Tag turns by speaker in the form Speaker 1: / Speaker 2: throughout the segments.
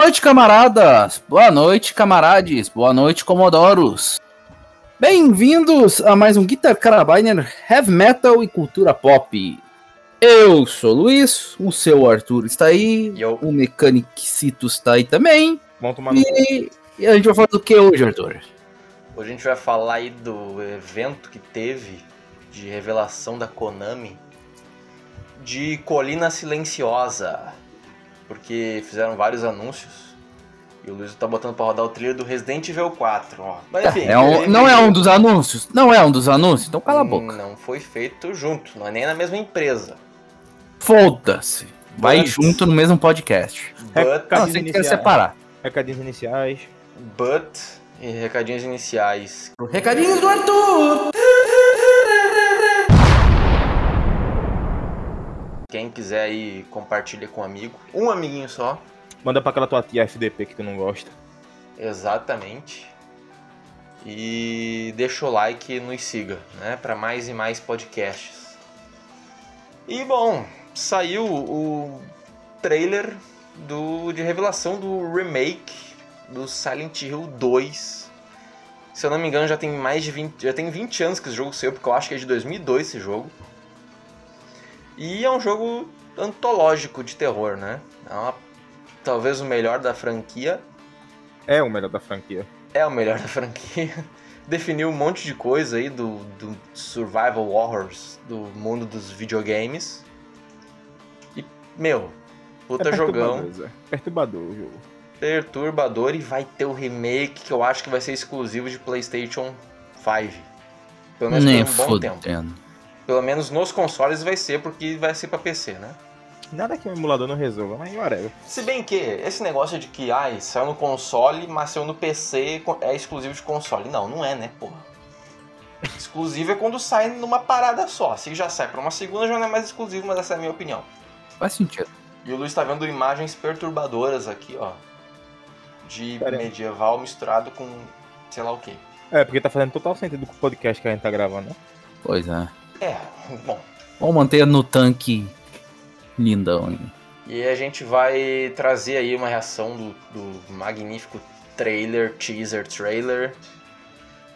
Speaker 1: noite, camaradas! Boa noite, camarades! Boa noite, comodoros! Bem-vindos a mais um Guitar Carabiner Heavy Metal e Cultura Pop. Eu sou o Luiz, o seu Arthur está aí,
Speaker 2: E eu-
Speaker 1: o Mecanicitos está aí também.
Speaker 3: Vão tomar no cu.
Speaker 1: E, e a gente vai falar do que hoje, Arthur?
Speaker 2: Hoje a gente vai falar aí do evento que teve de revelação da Konami de Colina Silenciosa. Porque fizeram vários anúncios. E o Luiz tá botando pra rodar o trailer do Resident Evil 4, ó. Mas enfim.
Speaker 1: É um- não é um dos anúncios? Não é um dos anúncios? Então cala a boca.
Speaker 2: Não foi feito junto, não é nem na mesma empresa.
Speaker 1: Foda-se. Vai
Speaker 2: Mas-
Speaker 1: junto no mesmo podcast.
Speaker 2: But,
Speaker 1: Não,
Speaker 3: Casos
Speaker 1: você quer
Speaker 3: iniciais.
Speaker 1: separar.
Speaker 3: Recadinhos iniciais.
Speaker 2: but, e recadinhos iniciais.
Speaker 1: Recadinhos do Arthur!
Speaker 2: Quem quiser aí, compartilha com um amigo. Um amiguinho só.
Speaker 3: Manda pra aquela tua tia FDP que tu não gosta.
Speaker 2: Exatamente. E deixa o like e nos siga, né? Para mais e mais podcasts. E bom, saiu o trailer do, de revelação do remake do Silent Hill 2. Se eu não me engano, já tem mais de 20, já tem 20 anos que esse jogo saiu, porque eu acho que é de 2002 esse jogo. E é um jogo antológico de terror, né? É uma- talvez o melhor da franquia,
Speaker 3: É o melhor da franquia.
Speaker 2: é o melhor da franquia. Definiu um monte de coisa aí do, do survival horrors do mundo dos videogames. E, meu, puta
Speaker 3: é
Speaker 2: jogão,
Speaker 3: perturbador, Zé. Perturbador o jogo.
Speaker 2: perturbador e vai ter o remake que eu acho que vai ser exclusivo de PlayStation 5. Pelo menos
Speaker 1: Nem
Speaker 2: por um bom tempo.
Speaker 1: fodendo.
Speaker 2: Pelo menos nos consoles vai ser, porque vai ser pra PC, né?
Speaker 3: Nada que o emulador não resolva, mas whatever.
Speaker 2: Se bem que esse negócio de que, ai, saiu no console, mas saiu no PC, é exclusivo de console. Não, não é, né, porra. Exclusivo é quando sai numa parada só. Se já sai pra uma segunda, já não é mais exclusivo, mas essa é a minha opinião.
Speaker 1: Faz sentido.
Speaker 2: E o Luiz tá vendo imagens perturbadoras aqui, ó. De
Speaker 3: Pera aí.
Speaker 2: medieval misturado com sei lá o quê.
Speaker 3: É, porque tá fazendo total sentido com o podcast que a gente tá gravando, né?
Speaker 1: Pois é.
Speaker 2: É, bom.
Speaker 1: Vamos manter no tanque lindão. hein?
Speaker 2: E a gente vai trazer aí uma reação do, do magnífico trailer, teaser, trailer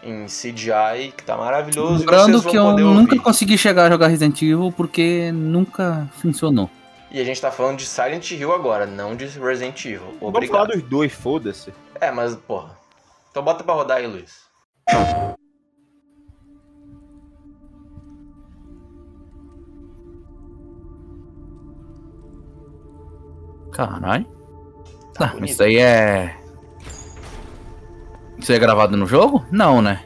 Speaker 2: em CGI, que tá maravilhoso. e vocês
Speaker 1: Lembrando
Speaker 2: vão
Speaker 1: que eu
Speaker 2: poder
Speaker 1: nunca
Speaker 2: ouvir.
Speaker 1: consegui chegar a jogar Resident Evil porque nunca funcionou.
Speaker 2: E a gente tá falando de Silent Hill agora, não de Resident Evil.
Speaker 3: Vamos falar
Speaker 2: Obrigado.
Speaker 3: dos dois, foda-se.
Speaker 2: É, mas porra. Então bota pra rodar aí, Luiz.
Speaker 1: Caralho.
Speaker 2: Tá
Speaker 1: Ah,
Speaker 2: bonito.
Speaker 1: isso aí é. Isso aí é gravado no jogo? Não, né?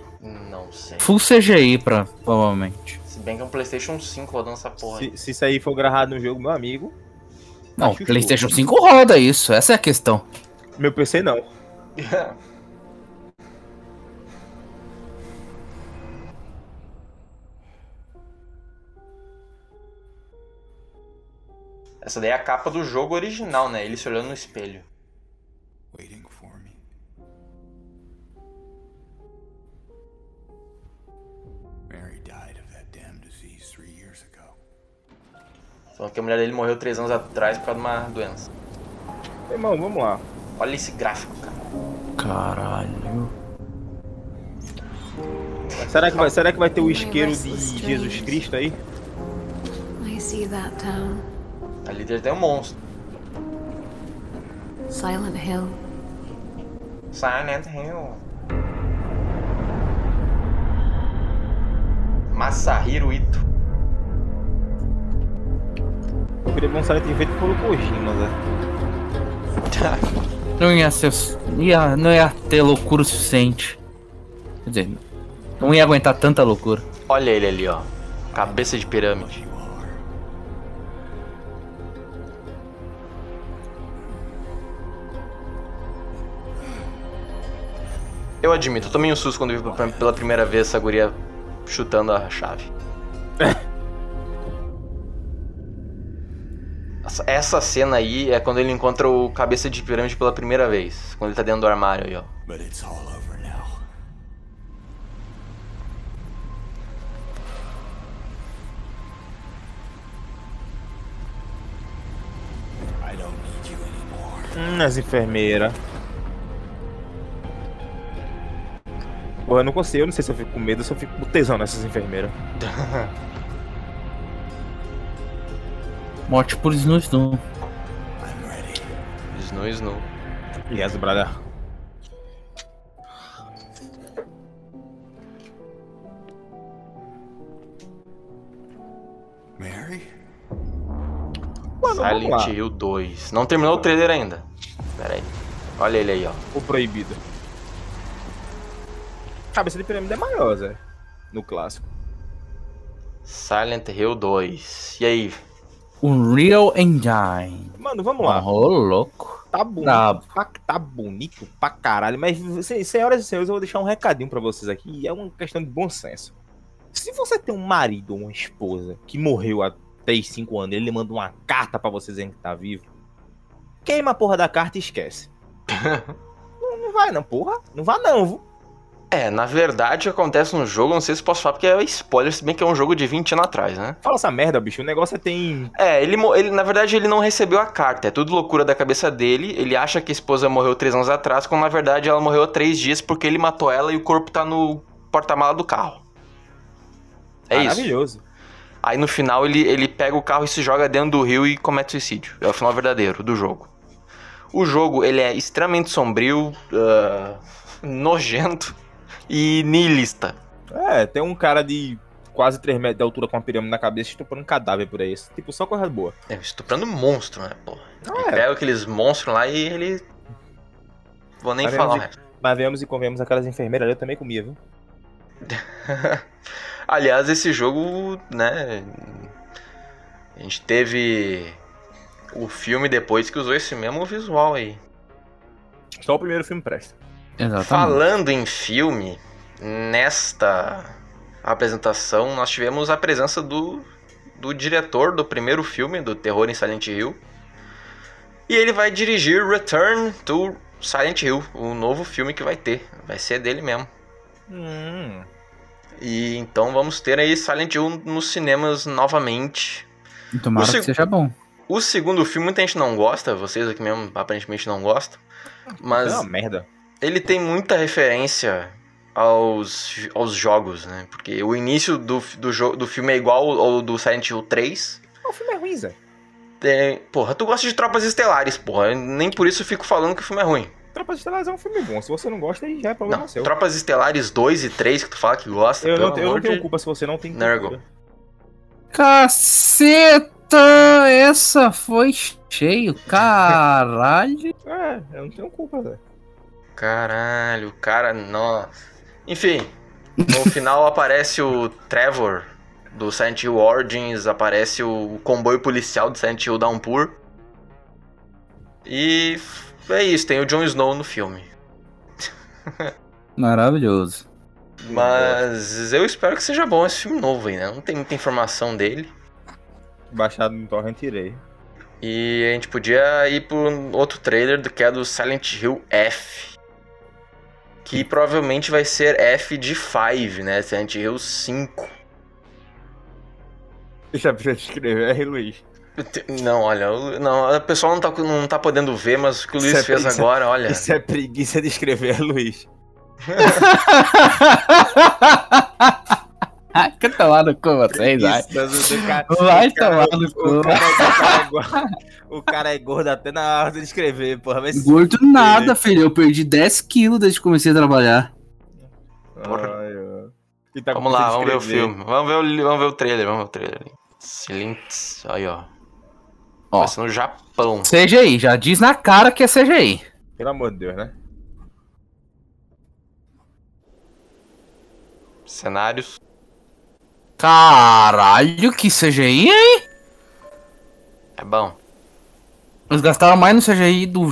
Speaker 2: Não sei.
Speaker 1: Full CGI, pra, provavelmente.
Speaker 2: Se bem que é um PlayStation 5 rodando essa porra. aí.
Speaker 3: Se, se isso aí for gravado no jogo, meu amigo.
Speaker 1: Não,
Speaker 3: acho
Speaker 1: PlayStation 5 roda isso, essa é a questão.
Speaker 3: show. Meu PC não.
Speaker 2: Essa daí é a capa do jogo original, né? Ele se olhando no espelho.
Speaker 4: waiting for me. Mary died of that damn disease three years ago.
Speaker 2: Falando que a mulher dele morreu três anos atrás por causa de uma doença.
Speaker 3: Irmão, vamos lá.
Speaker 2: Olha esse gráfico, cara.
Speaker 1: Caralho.
Speaker 3: Será que vai, será que vai ter o isqueiro de Jesus Cristo aí?
Speaker 5: I see that town,
Speaker 2: A líder tem um monstro.
Speaker 5: Silent Hill.
Speaker 2: Silent Hill. Masahiro Ito.
Speaker 3: Eu queria ver um Silent Hill feito pelo Kojima, Zé.
Speaker 1: Não ia ser. Ia, não ia ter loucura o suficiente. Quer dizer, não ia aguentar tanta loucura.
Speaker 2: Olha ele ali, ó. Cabeça de pirâmide. Eu admito, eu tomei um susto quando vi pe- pela primeira vez essa guria chutando a chave. Essa- Essa cena aí é quando ele encontra o cabeça de pirâmide pela primeira vez. Quando ele tá dentro do armário aí, ó.
Speaker 4: But it's all over now. I don't need you anymore.
Speaker 3: Hum, as enfermeiras. Porra, eu não consigo, eu não sei se eu fico com medo, se eu fico com tesão nessas enfermeiras.
Speaker 1: Morte por Snow Snow.
Speaker 4: I'm ready.
Speaker 2: Snow, snow.
Speaker 3: Yes, brother.
Speaker 4: Mary?
Speaker 3: Mano, vamos lá. Tá.
Speaker 2: Silent Hill 2. Não terminou o trailer ainda. Pera aí. Olha ele aí, ó.
Speaker 3: O proibido. Cabeça de pirâmide é maior, Zé. No clássico.
Speaker 2: Silent Hill 2. E aí?
Speaker 1: Unreal Um Engine.
Speaker 3: Mano, vamos
Speaker 1: Ô,
Speaker 3: lá.
Speaker 1: louco.
Speaker 3: Tá bonito.
Speaker 1: Brabo.
Speaker 3: Pra- tá bonito pra caralho. Mas, se- senhoras e senhores, eu vou deixar um recadinho pra vocês aqui. e É uma questão de bom senso. Se você tem um marido ou uma esposa que morreu há 3, 5 anos e ele manda uma carta pra você dizendo que tá vivo, queima a porra da carta e esquece. não, não vai não, porra. Não vai não. viu?
Speaker 2: É, na verdade o que acontece no jogo, não sei se posso falar porque é spoiler, se bem que é um jogo de 20 anos atrás, né?
Speaker 3: Fala essa merda, bicho. O negócio é tem...
Speaker 2: É, ele, mo- ele na verdade ele não recebeu a carta, é tudo loucura da cabeça dele. Ele acha que a esposa morreu três anos atrás, quando na verdade ela morreu há três dias porque ele matou ela e o corpo tá no porta-mala do carro. É isso.
Speaker 3: Maravilhoso.
Speaker 2: Aí no final ele, ele pega o carro e se joga dentro do rio e comete suicídio. É o final verdadeiro do jogo. O jogo ele é extremamente sombrio, ah, nojento e niilista.
Speaker 3: É, tem um cara de quase 3 metros de altura com uma pirâmide na cabeça estuprando um cadáver por aí. Tipo, só coisa boa.
Speaker 2: É, estuprando monstro, né, pô? Ele
Speaker 3: É.
Speaker 2: pega aqueles monstros lá e ele. Vou nem
Speaker 3: Tá vendo
Speaker 2: falar o
Speaker 3: de-
Speaker 2: resto.
Speaker 3: Mas vemos e convemos aquelas enfermeiras ali, eu também comia, viu?
Speaker 2: Aliás, esse jogo, né? A gente teve o filme depois que usou esse mesmo visual aí.
Speaker 3: Só o primeiro filme presta.
Speaker 1: Exatamente.
Speaker 2: Falando em filme, nesta apresentação nós tivemos a presença do, do diretor do primeiro filme, do Terror em Silent Hill. E ele vai dirigir Return to Silent Hill, o novo filme que vai ter. Vai ser dele mesmo.
Speaker 3: Hum.
Speaker 2: E então vamos ter aí Silent Hill nos cinemas novamente.
Speaker 1: Tomara
Speaker 2: O
Speaker 1: que
Speaker 2: seg-
Speaker 1: seja bom.
Speaker 2: O segundo filme muita gente não gosta, vocês aqui mesmo aparentemente não gostam, mas
Speaker 3: É uma merda.
Speaker 2: ele tem muita referência aos, aos jogos, né? Porque o início do, do, jo- do filme é igual ao do Silent Hill 3.
Speaker 3: O filme é ruim, Zé.
Speaker 2: Tem- porra, tu gosta de Tropas Estelares, porra, nem por isso eu fico falando que o filme é ruim.
Speaker 3: Tropas Estelares é um filme bom. Se você não gosta, aí já é problema
Speaker 2: Não,
Speaker 3: seu.
Speaker 2: Tropas Estelares 2 e 3 que tu fala que gosta,
Speaker 3: Eu
Speaker 2: pelo
Speaker 3: não, eu
Speaker 2: amor
Speaker 3: não tenho
Speaker 2: de... é
Speaker 3: culpa se você não tem
Speaker 2: Nergo.
Speaker 3: cultura.
Speaker 1: Caceta! Essa foi cheio, caralho.
Speaker 3: É, eu não tenho culpa, Zé.
Speaker 2: Caralho, o cara, nossa. Enfim, no final aparece o Trevor do Silent Hill Origins, aparece o comboio policial do Silent Hill Downpour. E f- é isso, tem o Jon Snow no filme.
Speaker 1: Maravilhoso.
Speaker 2: Mas eu espero que seja bom esse filme novo aí, né? Não tem muita informação dele.
Speaker 3: Baixado no torrent, tirei.
Speaker 2: E a gente podia ir pro outro trailer do que é do Silent Hill F. Que provavelmente vai ser F de 5, né? Silent Hill 5.
Speaker 3: Deixa pra escrever, R. é, Luiz.
Speaker 2: Te- Não, olha, eu- não, o pessoal não tá, não tá podendo ver, mas o que o Luiz
Speaker 3: Isso é
Speaker 2: fez
Speaker 3: preguiça.
Speaker 2: agora, olha.
Speaker 3: Isso é preguiça de escrever, R. Luiz.
Speaker 1: que tomar no cu vocês, vai.
Speaker 3: Isso, do cara-
Speaker 1: Vai
Speaker 3: o cara-
Speaker 1: tomar
Speaker 2: é
Speaker 1: no
Speaker 3: o
Speaker 1: cu.
Speaker 3: cara, o cara é gordo- o cara é gordo até na hora de escrever, porra. Mas...
Speaker 1: Gordo nada, filho. Eu perdi 10 quilos desde que comecei a trabalhar.
Speaker 2: Porra.
Speaker 3: Ai, ai. E tá com
Speaker 2: Vamos lá,
Speaker 3: preguiça
Speaker 2: vamos
Speaker 3: de
Speaker 2: ver o
Speaker 3: escrever.
Speaker 2: filme. Vamos ver o, li- vamos ver o trailer, vamos ver o trailer. Silent. Aí, ó.
Speaker 1: Ó.
Speaker 2: Passa no Japão.
Speaker 1: CGI, já diz na cara que é CGI.
Speaker 3: Pelo amor de Deus, né?
Speaker 2: Cenários.
Speaker 1: Caralho, que CGI, hein?
Speaker 2: É bom.
Speaker 1: Eles gastaram mais no CGI do,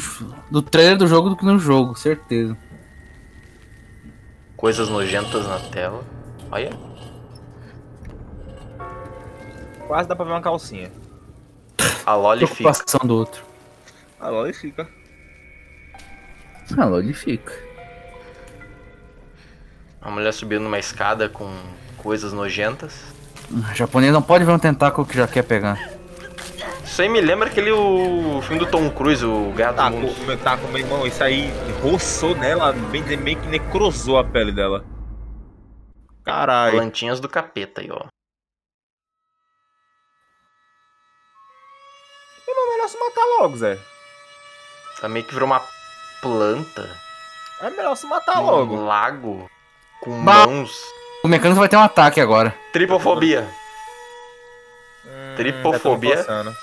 Speaker 1: do trailer do jogo do que no jogo, certeza.
Speaker 2: Coisas nojentas na tela. Olha.
Speaker 3: Quase dá pra ver uma calcinha.
Speaker 2: A Loli fica.
Speaker 1: Preocupação do outro.
Speaker 3: Ah, lá ele fica.
Speaker 1: Ah, onde fica?
Speaker 2: A mulher subindo numa escada com coisas nojentas.
Speaker 1: Ah, O japonês não pode ver um tentáculo que já quer pegar.
Speaker 2: Isso aí me lembra aquele o filme do Tom Cruise, o Gato
Speaker 3: Tá,
Speaker 2: do Mundo.
Speaker 3: com, tá com meu irmão, isso aí roçou nela, bem dizer, meio que necrosou a pele dela. Caralho.
Speaker 2: Plantinhas do capeta aí, ó.
Speaker 3: Meu irmão, É melhor se matar logo, Zé.
Speaker 2: Tá meio que virou uma planta.
Speaker 3: É melhor se matar
Speaker 2: num
Speaker 3: logo.
Speaker 2: Um lago. Com
Speaker 1: Ba-
Speaker 2: mãos.
Speaker 1: O mecânico vai ter um ataque agora.
Speaker 2: Tripofobia.
Speaker 3: Hum,
Speaker 2: Tripofobia.
Speaker 3: já tô me coçando.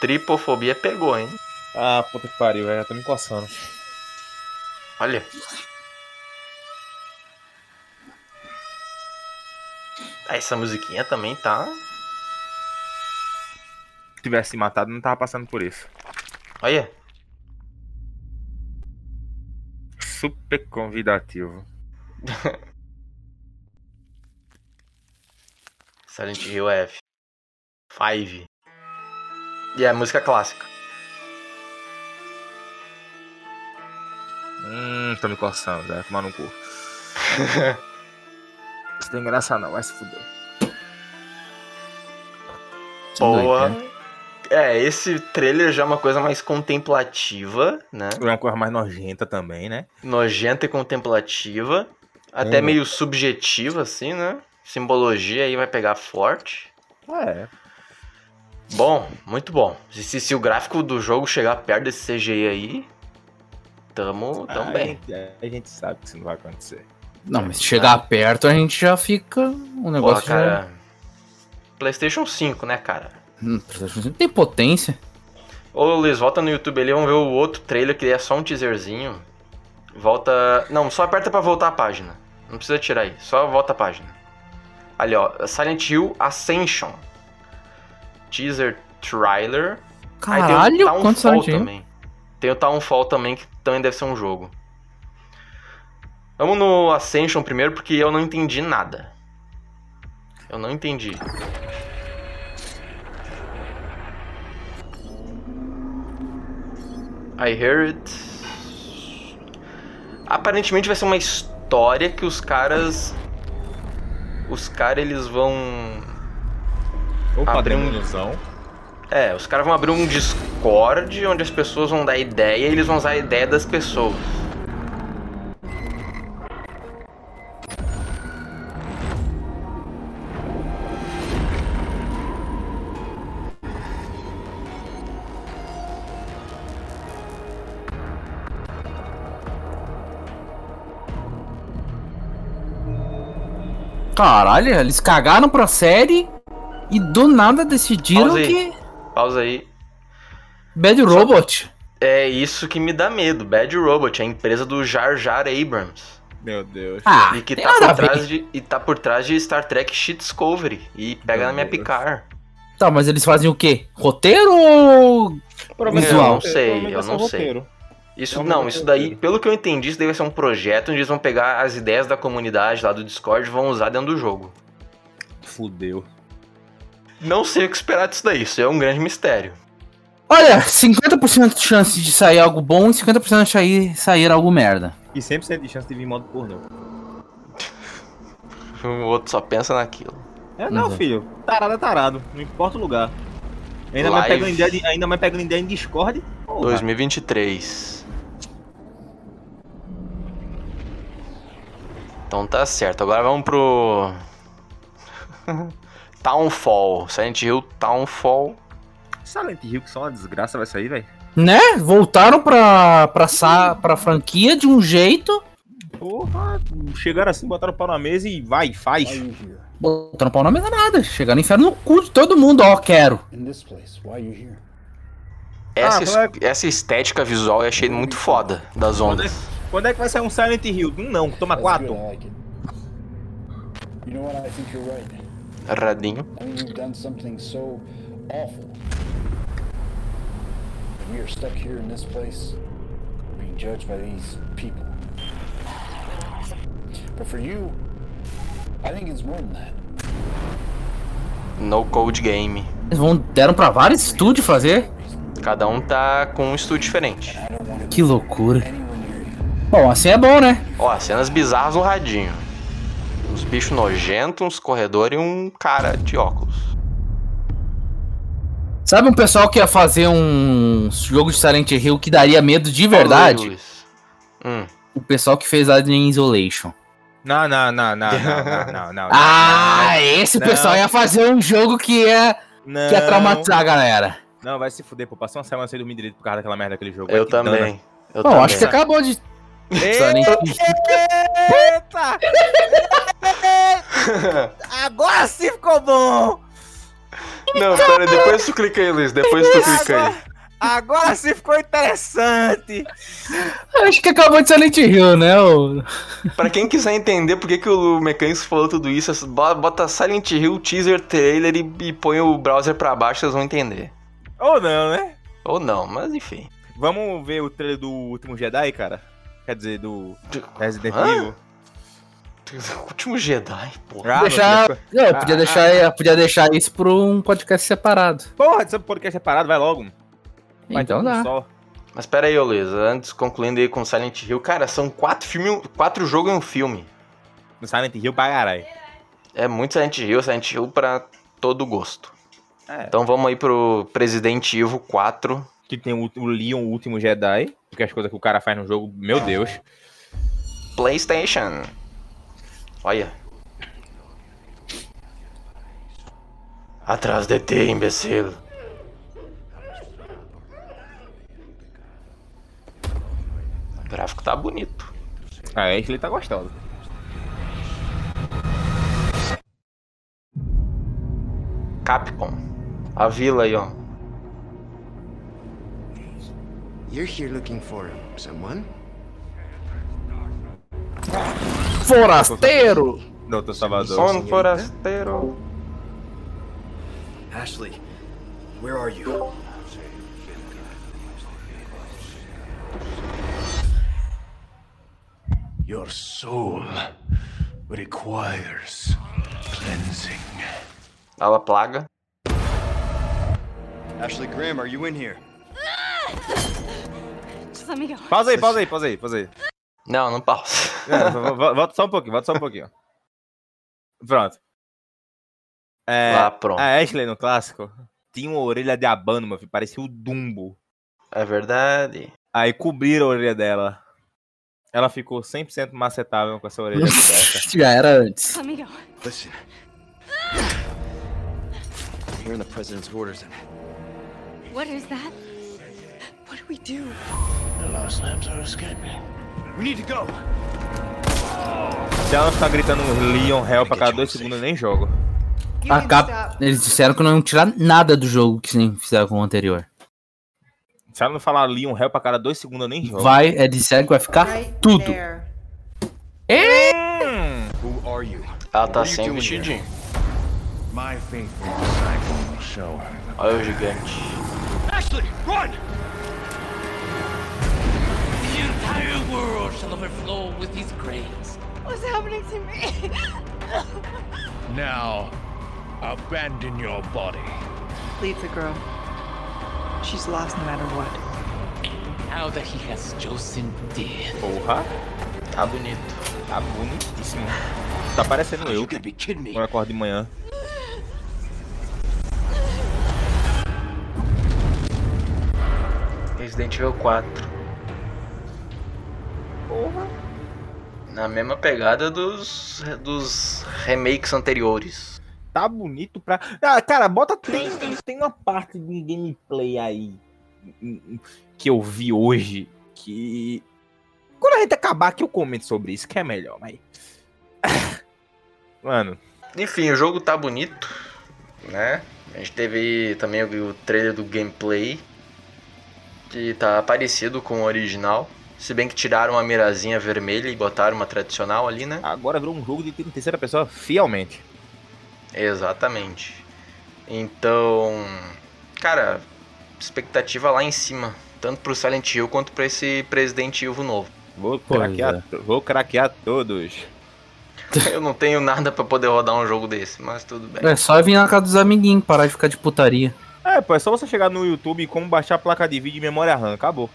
Speaker 2: Tripofobia pegou, hein?
Speaker 3: Ah, puta que pariu, velho. Já tô me coçando.
Speaker 2: Olha. Ah, Essa musiquinha também tá.
Speaker 3: Se tivesse se matado, não tava passando por isso.
Speaker 2: Olha.
Speaker 3: Super convidativo.
Speaker 2: Silent Hill F. Five. E é música clássica.
Speaker 3: Hum, tô me coçando, Zé. Tomar no cu. Isso não tem graça não, vai se fuder.
Speaker 2: Boa. É, esse trailer já é uma coisa mais contemplativa, né?
Speaker 3: É uma coisa mais nojenta também, né?
Speaker 2: Nojenta e contemplativa. Até
Speaker 1: É.
Speaker 3: Hum.
Speaker 2: meio subjetiva, assim, né? Simbologia aí vai pegar forte.
Speaker 3: É.
Speaker 2: Bom, muito bom. Se, se- se o gráfico do jogo chegar perto desse CGI aí, tamo,
Speaker 1: Ah,
Speaker 2: tamo
Speaker 3: A
Speaker 2: Então
Speaker 1: é.
Speaker 2: bem.
Speaker 3: gente, Ah, é. a gente sabe que isso não vai acontecer.
Speaker 1: Não, mas se chegar perto a gente já fica. O
Speaker 2: Porra,
Speaker 1: negócio já. é-
Speaker 2: cara. PlayStation 5, né, cara?
Speaker 1: Hum, PlayStation cinco tem potência.
Speaker 2: Ô Luiz, volta no YouTube ali, vamos ver o outro trailer que é só um teaserzinho. Volta. Não, só aperta pra voltar a página. Não precisa tirar aí, só volta a página. Ali ó, Silent Hill Ascension. Teaser trailer. Aí tem o
Speaker 1: Caralho,
Speaker 2: Townfall
Speaker 1: quanto Silent Hill?
Speaker 2: um também. Tem o Townfall também, que também deve ser um jogo. Vamos no Ascension primeiro, porque eu não entendi nada. Eu não entendi. I hear it. Aparentemente vai ser uma história que os caras. Os caras eles vão.
Speaker 3: Ou
Speaker 2: Abriu
Speaker 3: padrão
Speaker 2: um-
Speaker 3: ilusão.
Speaker 2: É, os caras vão abrir um Discord onde as pessoas vão dar ideia e eles vão usar a ideia das pessoas.
Speaker 1: Caralho, eles cagaram pra série e do nada decidiram
Speaker 2: Pausa aí.
Speaker 1: que.
Speaker 2: Pausa aí.
Speaker 1: Bad Robot.
Speaker 2: É isso que me dá medo. Bad Robot, a empresa do Jar Jar Abrams.
Speaker 3: Meu Deus.
Speaker 1: Ah,
Speaker 2: e que
Speaker 1: tem
Speaker 2: tá
Speaker 1: nada
Speaker 2: por,
Speaker 1: a ver.
Speaker 2: trás de, e tá por trás de Star Trek Shit Discovery. E pega
Speaker 3: Meu
Speaker 2: na minha
Speaker 3: Deus.
Speaker 2: picar.
Speaker 1: Tá, mas eles fazem o quê? Roteiro ou.
Speaker 3: Provavelmente
Speaker 1: Eu não
Speaker 3: vai ser-
Speaker 2: sei,
Speaker 3: provavelmente
Speaker 2: eu
Speaker 3: vai ser
Speaker 2: não
Speaker 3: um
Speaker 2: sei.
Speaker 3: roteiro.
Speaker 2: Isso
Speaker 3: É um
Speaker 2: não,
Speaker 3: negócio
Speaker 2: isso daí,
Speaker 3: doido.
Speaker 2: pelo que eu entendi, isso daí vai ser um projeto onde eles vão pegar as ideias da comunidade lá do Discord e vão usar dentro do jogo.
Speaker 3: Fudeu.
Speaker 2: Não sei o que esperar disso daí, isso é um grande mistério.
Speaker 1: Olha, 50% de chance de sair algo bom e 50% de sair, sair algo merda.
Speaker 3: E 100% de chance de vir em modo pornô.
Speaker 2: O outro só pensa naquilo.
Speaker 3: É, não,
Speaker 1: Uhum.
Speaker 3: filho. Tarado é tarado. Não importa o lugar. Ainda mais
Speaker 2: Live.
Speaker 3: pegando ideia, de- ainda mais pegando ideia em Discord. Porra.
Speaker 2: 2023. Então tá certo. Agora vamos pro. Townfall. Silent Hill Townfall.
Speaker 3: Silent Hill, que só uma desgraça vai sair, velho.
Speaker 1: Né? Voltaram pra, pra, sa, pra franquia de um jeito.
Speaker 3: Porra. Chegaram assim, botaram o pau na mesa e vai, faz.
Speaker 4: Why are you here?
Speaker 1: Botaram pau na mesa nada. Chegaram no inferno no cu de todo mundo. Ó, quero.
Speaker 4: In this place, why are you here?
Speaker 2: Essa,
Speaker 3: Ah,
Speaker 2: es-
Speaker 3: moleque.
Speaker 2: essa estética visual eu achei muito foda das ondas.
Speaker 3: Quando é que vai sair um Silent Hill? Um não, toma
Speaker 4: That's
Speaker 3: quatro.
Speaker 4: good, I like it. You know what? I think you're right.
Speaker 2: Radinho.
Speaker 4: I mean, you've done something so awful. And we are stuck here in this place, being judged by these people. But for you, I think it's more than that.
Speaker 2: No Code Game.
Speaker 1: Eles vão, deram pra vários estúdios fazer.
Speaker 2: Cada um tá com um estúdio diferente.
Speaker 1: Que loucura. Bom, assim é bom, né?
Speaker 2: Ó, cenas bizarras no radinho. Uns bichos nojentos, uns corredores e um cara de óculos.
Speaker 1: Sabe um pessoal que ia fazer um jogo de Silent Hill que daria medo de verdade?
Speaker 2: Luiz. Hum.
Speaker 1: O pessoal que fez Alien Isolation.
Speaker 3: Não, não, não, não, não, não, não, não.
Speaker 1: Ah, esse
Speaker 3: Não.
Speaker 1: pessoal ia fazer um jogo que é
Speaker 3: não,
Speaker 1: que ia traumatizar a galera.
Speaker 3: Não, vai se fuder, pô. Passei uma semana sem dormir direito por causa daquela merda daquele jogo.
Speaker 2: Eu
Speaker 3: Vai que dana.
Speaker 2: também. Eu
Speaker 1: Bom,
Speaker 2: também. né?
Speaker 1: acho que é você acabou de. Silent Hill.
Speaker 3: Eita! Agora sim ficou bom!
Speaker 2: Não, pera, depois tu clica aí, Luiz. Depois tu clica aí.
Speaker 3: Agora sim ficou interessante!
Speaker 1: Acho que acabou de Silent Hill, né? ô?
Speaker 2: Pra quem quiser entender por que, que o Mecânico falou tudo isso, é só bo- bota Silent Hill, teaser, trailer e, e põe o browser pra baixo, vocês vão entender.
Speaker 3: Ou não, né?
Speaker 2: Ou não, mas enfim.
Speaker 3: Vamos ver o trailer do último Jedi, cara? Quer dizer, do Resident
Speaker 2: Hã?
Speaker 3: Evil.
Speaker 2: O último Jedi, porra.
Speaker 3: Ah,
Speaker 1: Deixar-
Speaker 3: meu Deus.
Speaker 1: Não, eu podia,
Speaker 3: Ah,
Speaker 1: deixar, eu podia deixar isso pra um podcast separado.
Speaker 3: Porra, esse podcast é parado, vai logo. Vai
Speaker 1: então
Speaker 3: tudo
Speaker 1: dá.
Speaker 3: só.
Speaker 2: Mas pera aí, ô Luiz, antes concluindo aí com Silent Hill, cara, são quatro filmes, quatro jogos em um filme.
Speaker 3: No Silent Hill pra caralho.
Speaker 2: É muito Silent Hill, Silent Hill pra todo gosto.
Speaker 3: É.
Speaker 2: Então vamos aí pro President Evil 4.
Speaker 3: Que tem o, o Leon, o último Jedi. Porque as coisas que o cara faz no jogo, meu Deus.
Speaker 2: PlayStation. Olha. Atrás de ti, imbecil. O gráfico tá bonito.
Speaker 3: Ah, é que ele tá gostoso.
Speaker 2: Capcom. A vila aí, ó.
Speaker 6: You're here looking for someone?
Speaker 1: um Forasteiro!
Speaker 3: Doutor Salvador.
Speaker 2: Sono forasteiro.
Speaker 6: Ashley, where are you? Your soul requires cleansing.
Speaker 2: Ela plaga.
Speaker 6: Ashley Grimm, are you in here?
Speaker 5: Just let me go.
Speaker 3: Pausa aí, pausa aí, pausa aí, pausa aí.
Speaker 2: Não, não pausa.
Speaker 3: Não, vo- vo- volta só um pouquinho, volta só um pouquinho. Pronto. É,
Speaker 2: Lá, pronto.
Speaker 3: a Ashley no clássico tinha uma orelha de abano, meu filho, parecia o Dumbo.
Speaker 2: É verdade.
Speaker 3: Aí cobriram a orelha dela. Ela ficou 100% macetável com essa orelha coberta.
Speaker 1: Já era antes.
Speaker 5: Let me go.
Speaker 6: Listen. I'm hearing the president's orders and
Speaker 5: What is that? What do we do?
Speaker 6: the last lambs are escaping. We need to go.
Speaker 3: Se ela não ficar gritando Leon Hell pra cada dois segundos, eu nem jogo.
Speaker 1: A Cap... Eles disseram que não iam tirar nada do jogo que nem fizeram com o anterior.
Speaker 3: Se ela não falar Leon Hell pra cada dois segundos, eu nem jogo.
Speaker 1: Vai, é disseram que vai ficar tudo. É
Speaker 6: Who are you?
Speaker 2: Ela
Speaker 6: What
Speaker 2: tá
Speaker 6: are you
Speaker 2: sem
Speaker 6: doing here?
Speaker 2: vestidinho.
Speaker 6: My faithful disciple will show her.
Speaker 2: Olha o gigante.
Speaker 6: Ashley, run!
Speaker 7: The entire world shall overflow with his grace.
Speaker 5: What's happening to me?
Speaker 6: Now, abandon your body.
Speaker 8: Leave the girl. She's lost no matter what.
Speaker 7: Now that he has chosen death,
Speaker 3: Porra,
Speaker 2: Tá bonito.
Speaker 3: tá bonitíssimo. Tá parecendo eu
Speaker 6: You gotta be kidding me.
Speaker 3: quando eu acordo de manhã.
Speaker 2: Resident Evil 4. Porra. Na mesma pegada dos, dos remakes anteriores.
Speaker 3: Tá bonito pra. Ah, cara, bota. Tem, tem, tem uma parte de gameplay aí hum, que eu vi hoje que. Quando a gente acabar que eu comento sobre isso, que é melhor, mas. Mano,
Speaker 2: Enfim, o jogo tá bonito, né? A gente teve também o trailer do gameplay, que tá parecido com o original. Se bem que tiraram a mirazinha vermelha e botaram uma tradicional ali, né?
Speaker 3: agora virou um jogo de tiro em terceira pessoa fielmente.
Speaker 2: Exatamente. Então, cara, expectativa lá em cima, tanto pro Silent Hill quanto pra esse President Evil novo.
Speaker 3: Vou
Speaker 1: Pois
Speaker 3: craquear,
Speaker 1: é.
Speaker 3: to- vou craquear todos.
Speaker 2: Eu não tenho nada pra poder rodar um jogo desse, mas tudo bem.
Speaker 1: É só vir na casa dos amiguinhos, parar de ficar de putaria.
Speaker 3: É, pô, é só você chegar no YouTube e como baixar a placa de vídeo e memória RAM, acabou.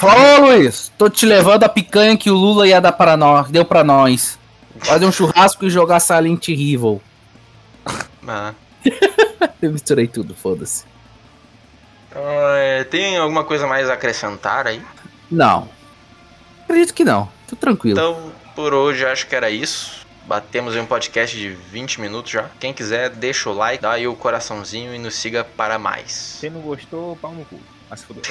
Speaker 1: Fala, Luiz! Tô te levando a picanha que o Lula ia dar para nós, deu pra nós. Fazer um churrasco e jogar Silent Evil.
Speaker 2: Ah,
Speaker 1: Eu misturei tudo, foda-se.
Speaker 2: Ah, é, tem alguma coisa mais a acrescentar aí?
Speaker 1: Não. Acredito que não. Tô tranquilo.
Speaker 2: Então, por hoje acho que era isso. Batemos em um podcast de 20 minutos já. Quem quiser, deixa o like, dá aí o coraçãozinho e nos siga para mais.
Speaker 3: Quem não gostou, pau no cu. Mas se fudeu.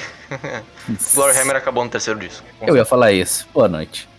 Speaker 2: Floorhammer acabou no terceiro disco.
Speaker 1: Eu ia falar isso. Boa noite.